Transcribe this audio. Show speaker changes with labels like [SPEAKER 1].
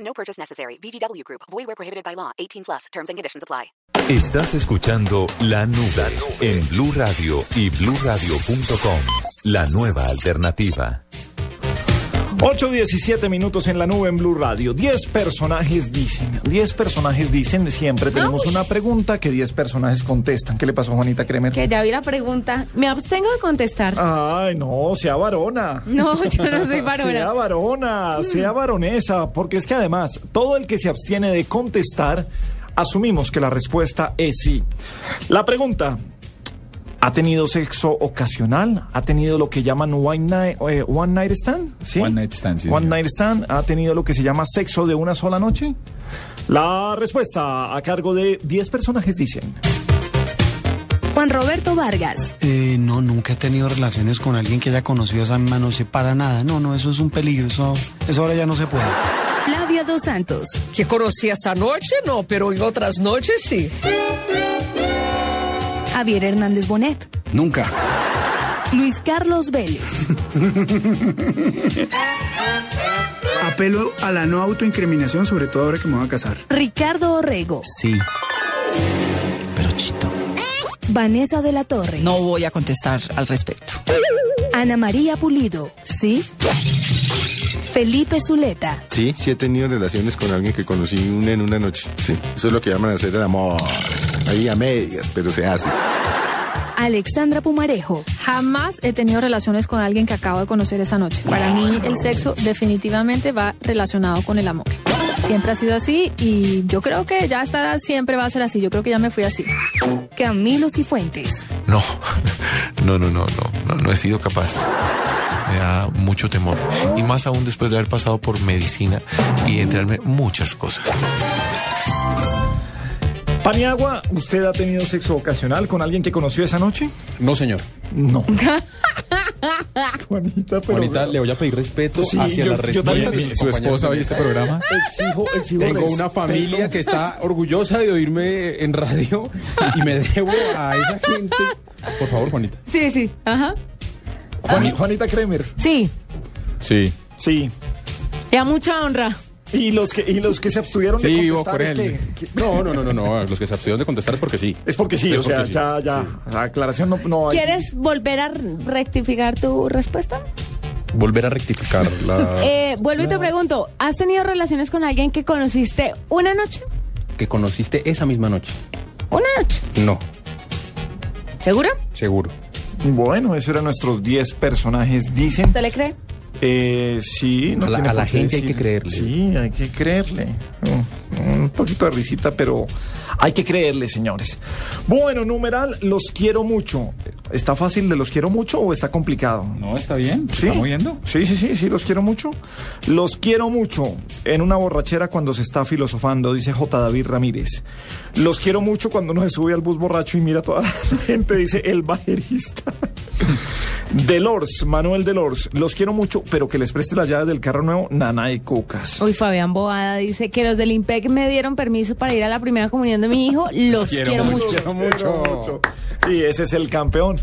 [SPEAKER 1] No purchase necessary. VGW Group. Void where prohibited by law. 18 plus. Terms and conditions apply.
[SPEAKER 2] Estás escuchando La Nuda en Blue Radio y BlueRadio.com, la nueva alternativa.
[SPEAKER 3] 8.17 minutos en la nube en Blue Radio. 10 personajes dicen. 10 personajes dicen siempre. Tenemos una pregunta que 10 personajes contestan. ¿Qué le pasó a Juanita Kremer?
[SPEAKER 4] Que ya vi la pregunta. Me abstengo de contestar.
[SPEAKER 3] Ah. Ay, no, sea varona.
[SPEAKER 4] No, yo no soy varona.
[SPEAKER 3] Sea varona, sea varonesa. Porque es que además, todo el que se abstiene de contestar, asumimos que la respuesta es sí. La pregunta. ¿Ha tenido sexo ocasional? ¿Ha tenido lo que llaman one night, eh, one night stand? ¿Sí?
[SPEAKER 5] One night stand, sí,
[SPEAKER 3] One
[SPEAKER 5] señor.
[SPEAKER 3] night stand. ¿Ha tenido lo que se llama sexo de una sola noche? La respuesta a cargo de 10 personajes dicen.
[SPEAKER 6] Juan Roberto Vargas,
[SPEAKER 7] Eh, no, nunca he tenido relaciones con alguien que haya conocido esa mano, no sé para nada. No, no, eso es un peligro, eso, eso ahora ya no se puede.
[SPEAKER 6] Flavia Dos Santos,
[SPEAKER 8] Que conocí esa noche, no, pero en otras noches sí.
[SPEAKER 6] Javier Hernández Bonet,
[SPEAKER 9] Nunca.
[SPEAKER 6] Luis Carlos Vélez,
[SPEAKER 10] Apelo a la no autoincriminación, sobre todo ahora que me voy a casar.
[SPEAKER 6] Ricardo Orrego,
[SPEAKER 7] Sí. Pero chito.
[SPEAKER 6] Vanessa de la Torre,
[SPEAKER 8] No voy a contestar al respecto.
[SPEAKER 6] Ana María Pulido, ¿sí? Felipe Zuleta,
[SPEAKER 11] Sí, sí he tenido relaciones con alguien que conocí una en una noche. Sí, eso es lo que llaman hacer el amor. Ahí a medias, pero se hace.
[SPEAKER 6] Alexandra Pumarejo,
[SPEAKER 4] Jamás he tenido relaciones con alguien que acabo de conocer esa noche. Para mí el sexo definitivamente va relacionado con el amor. Siempre ha sido así y yo creo que ya está, siempre va a ser así. Yo creo que ya me fui así.
[SPEAKER 6] Camilo Cifuentes,
[SPEAKER 2] No, no, no, no, no, no, no he sido capaz. Me da mucho temor. Y más aún después de haber pasado por medicina y entrarme muchas cosas.
[SPEAKER 3] Paniagua, ¿usted ha tenido sexo ocasional con alguien que conoció esa noche?
[SPEAKER 5] No, señor.
[SPEAKER 3] No. Juanita, pero
[SPEAKER 5] Juanita, le voy a pedir respeto
[SPEAKER 3] Sí,
[SPEAKER 5] hacia
[SPEAKER 3] yo-
[SPEAKER 5] la
[SPEAKER 3] yo
[SPEAKER 5] respuesta
[SPEAKER 3] también.
[SPEAKER 5] de mi
[SPEAKER 3] Su
[SPEAKER 5] esposa hoy este programa.
[SPEAKER 3] exijo, exijo
[SPEAKER 5] Tengo una
[SPEAKER 3] respeto.
[SPEAKER 5] familia que está orgullosa de oírme en radio y me debo a esa gente. Por favor, Juanita.
[SPEAKER 4] Sí, sí. Ajá.
[SPEAKER 3] Juani- Juanita Kremer.
[SPEAKER 4] Sí.
[SPEAKER 5] Sí.
[SPEAKER 3] Sí.
[SPEAKER 4] Y a mucha honra.
[SPEAKER 3] Y los que, y los que se abstuvieron
[SPEAKER 5] Sí,
[SPEAKER 3] de
[SPEAKER 5] vivo
[SPEAKER 3] contestar
[SPEAKER 5] con
[SPEAKER 3] es
[SPEAKER 5] él.
[SPEAKER 3] que- que-
[SPEAKER 5] No, no, no, no, no. Los que se abstuvieron de contestar es porque sí.
[SPEAKER 3] Es porque sí,
[SPEAKER 5] Es
[SPEAKER 3] o sea,
[SPEAKER 5] porque sí.
[SPEAKER 3] ya, ya. La aclaración no, no hay.
[SPEAKER 4] ¿Quieres volver a rectificar tu respuesta?
[SPEAKER 5] Volver a rectificar la.
[SPEAKER 4] Eh, vuelvo y te pregunto, ¿has tenido relaciones con alguien que conociste una noche?
[SPEAKER 5] que conociste esa misma noche.
[SPEAKER 4] Una noche.
[SPEAKER 5] No,
[SPEAKER 4] ¿Segura?
[SPEAKER 5] seguro.
[SPEAKER 3] Bueno, eso eran nuestros 10 personajes. Dicen.
[SPEAKER 4] ¿Usted le cree?
[SPEAKER 3] Eh, sí, no
[SPEAKER 5] A la-
[SPEAKER 3] tiene
[SPEAKER 5] a la
[SPEAKER 3] por qué
[SPEAKER 5] gente hay
[SPEAKER 3] decir-
[SPEAKER 5] que creerle.
[SPEAKER 3] Sí, hay que creerle. Mm, Un poquito de risita, pero hay que creerle, señores. Bueno, numeral, los quiero mucho. ¿Está fácil de los quiero mucho o está complicado?
[SPEAKER 5] No, está bien.
[SPEAKER 3] ¿Sí? Sí, sí, sí, sí, los quiero mucho. Los quiero mucho en una borrachera cuando se está filosofando, dice J. David Ramírez. Los quiero mucho cuando uno se sube al bus borracho y mira a toda la gente, dice el bajerista. Delors, Manuel Delors, los quiero mucho, pero que les preste las llaves del carro nuevo, Nana y Cucas.
[SPEAKER 4] Uy, Fabián Boada dice que los del IMPEC me dieron permiso para ir a la primera comunión de mi hijo. Los quiero, mucho.
[SPEAKER 3] Los quiero mucho. Y ese es el campeón.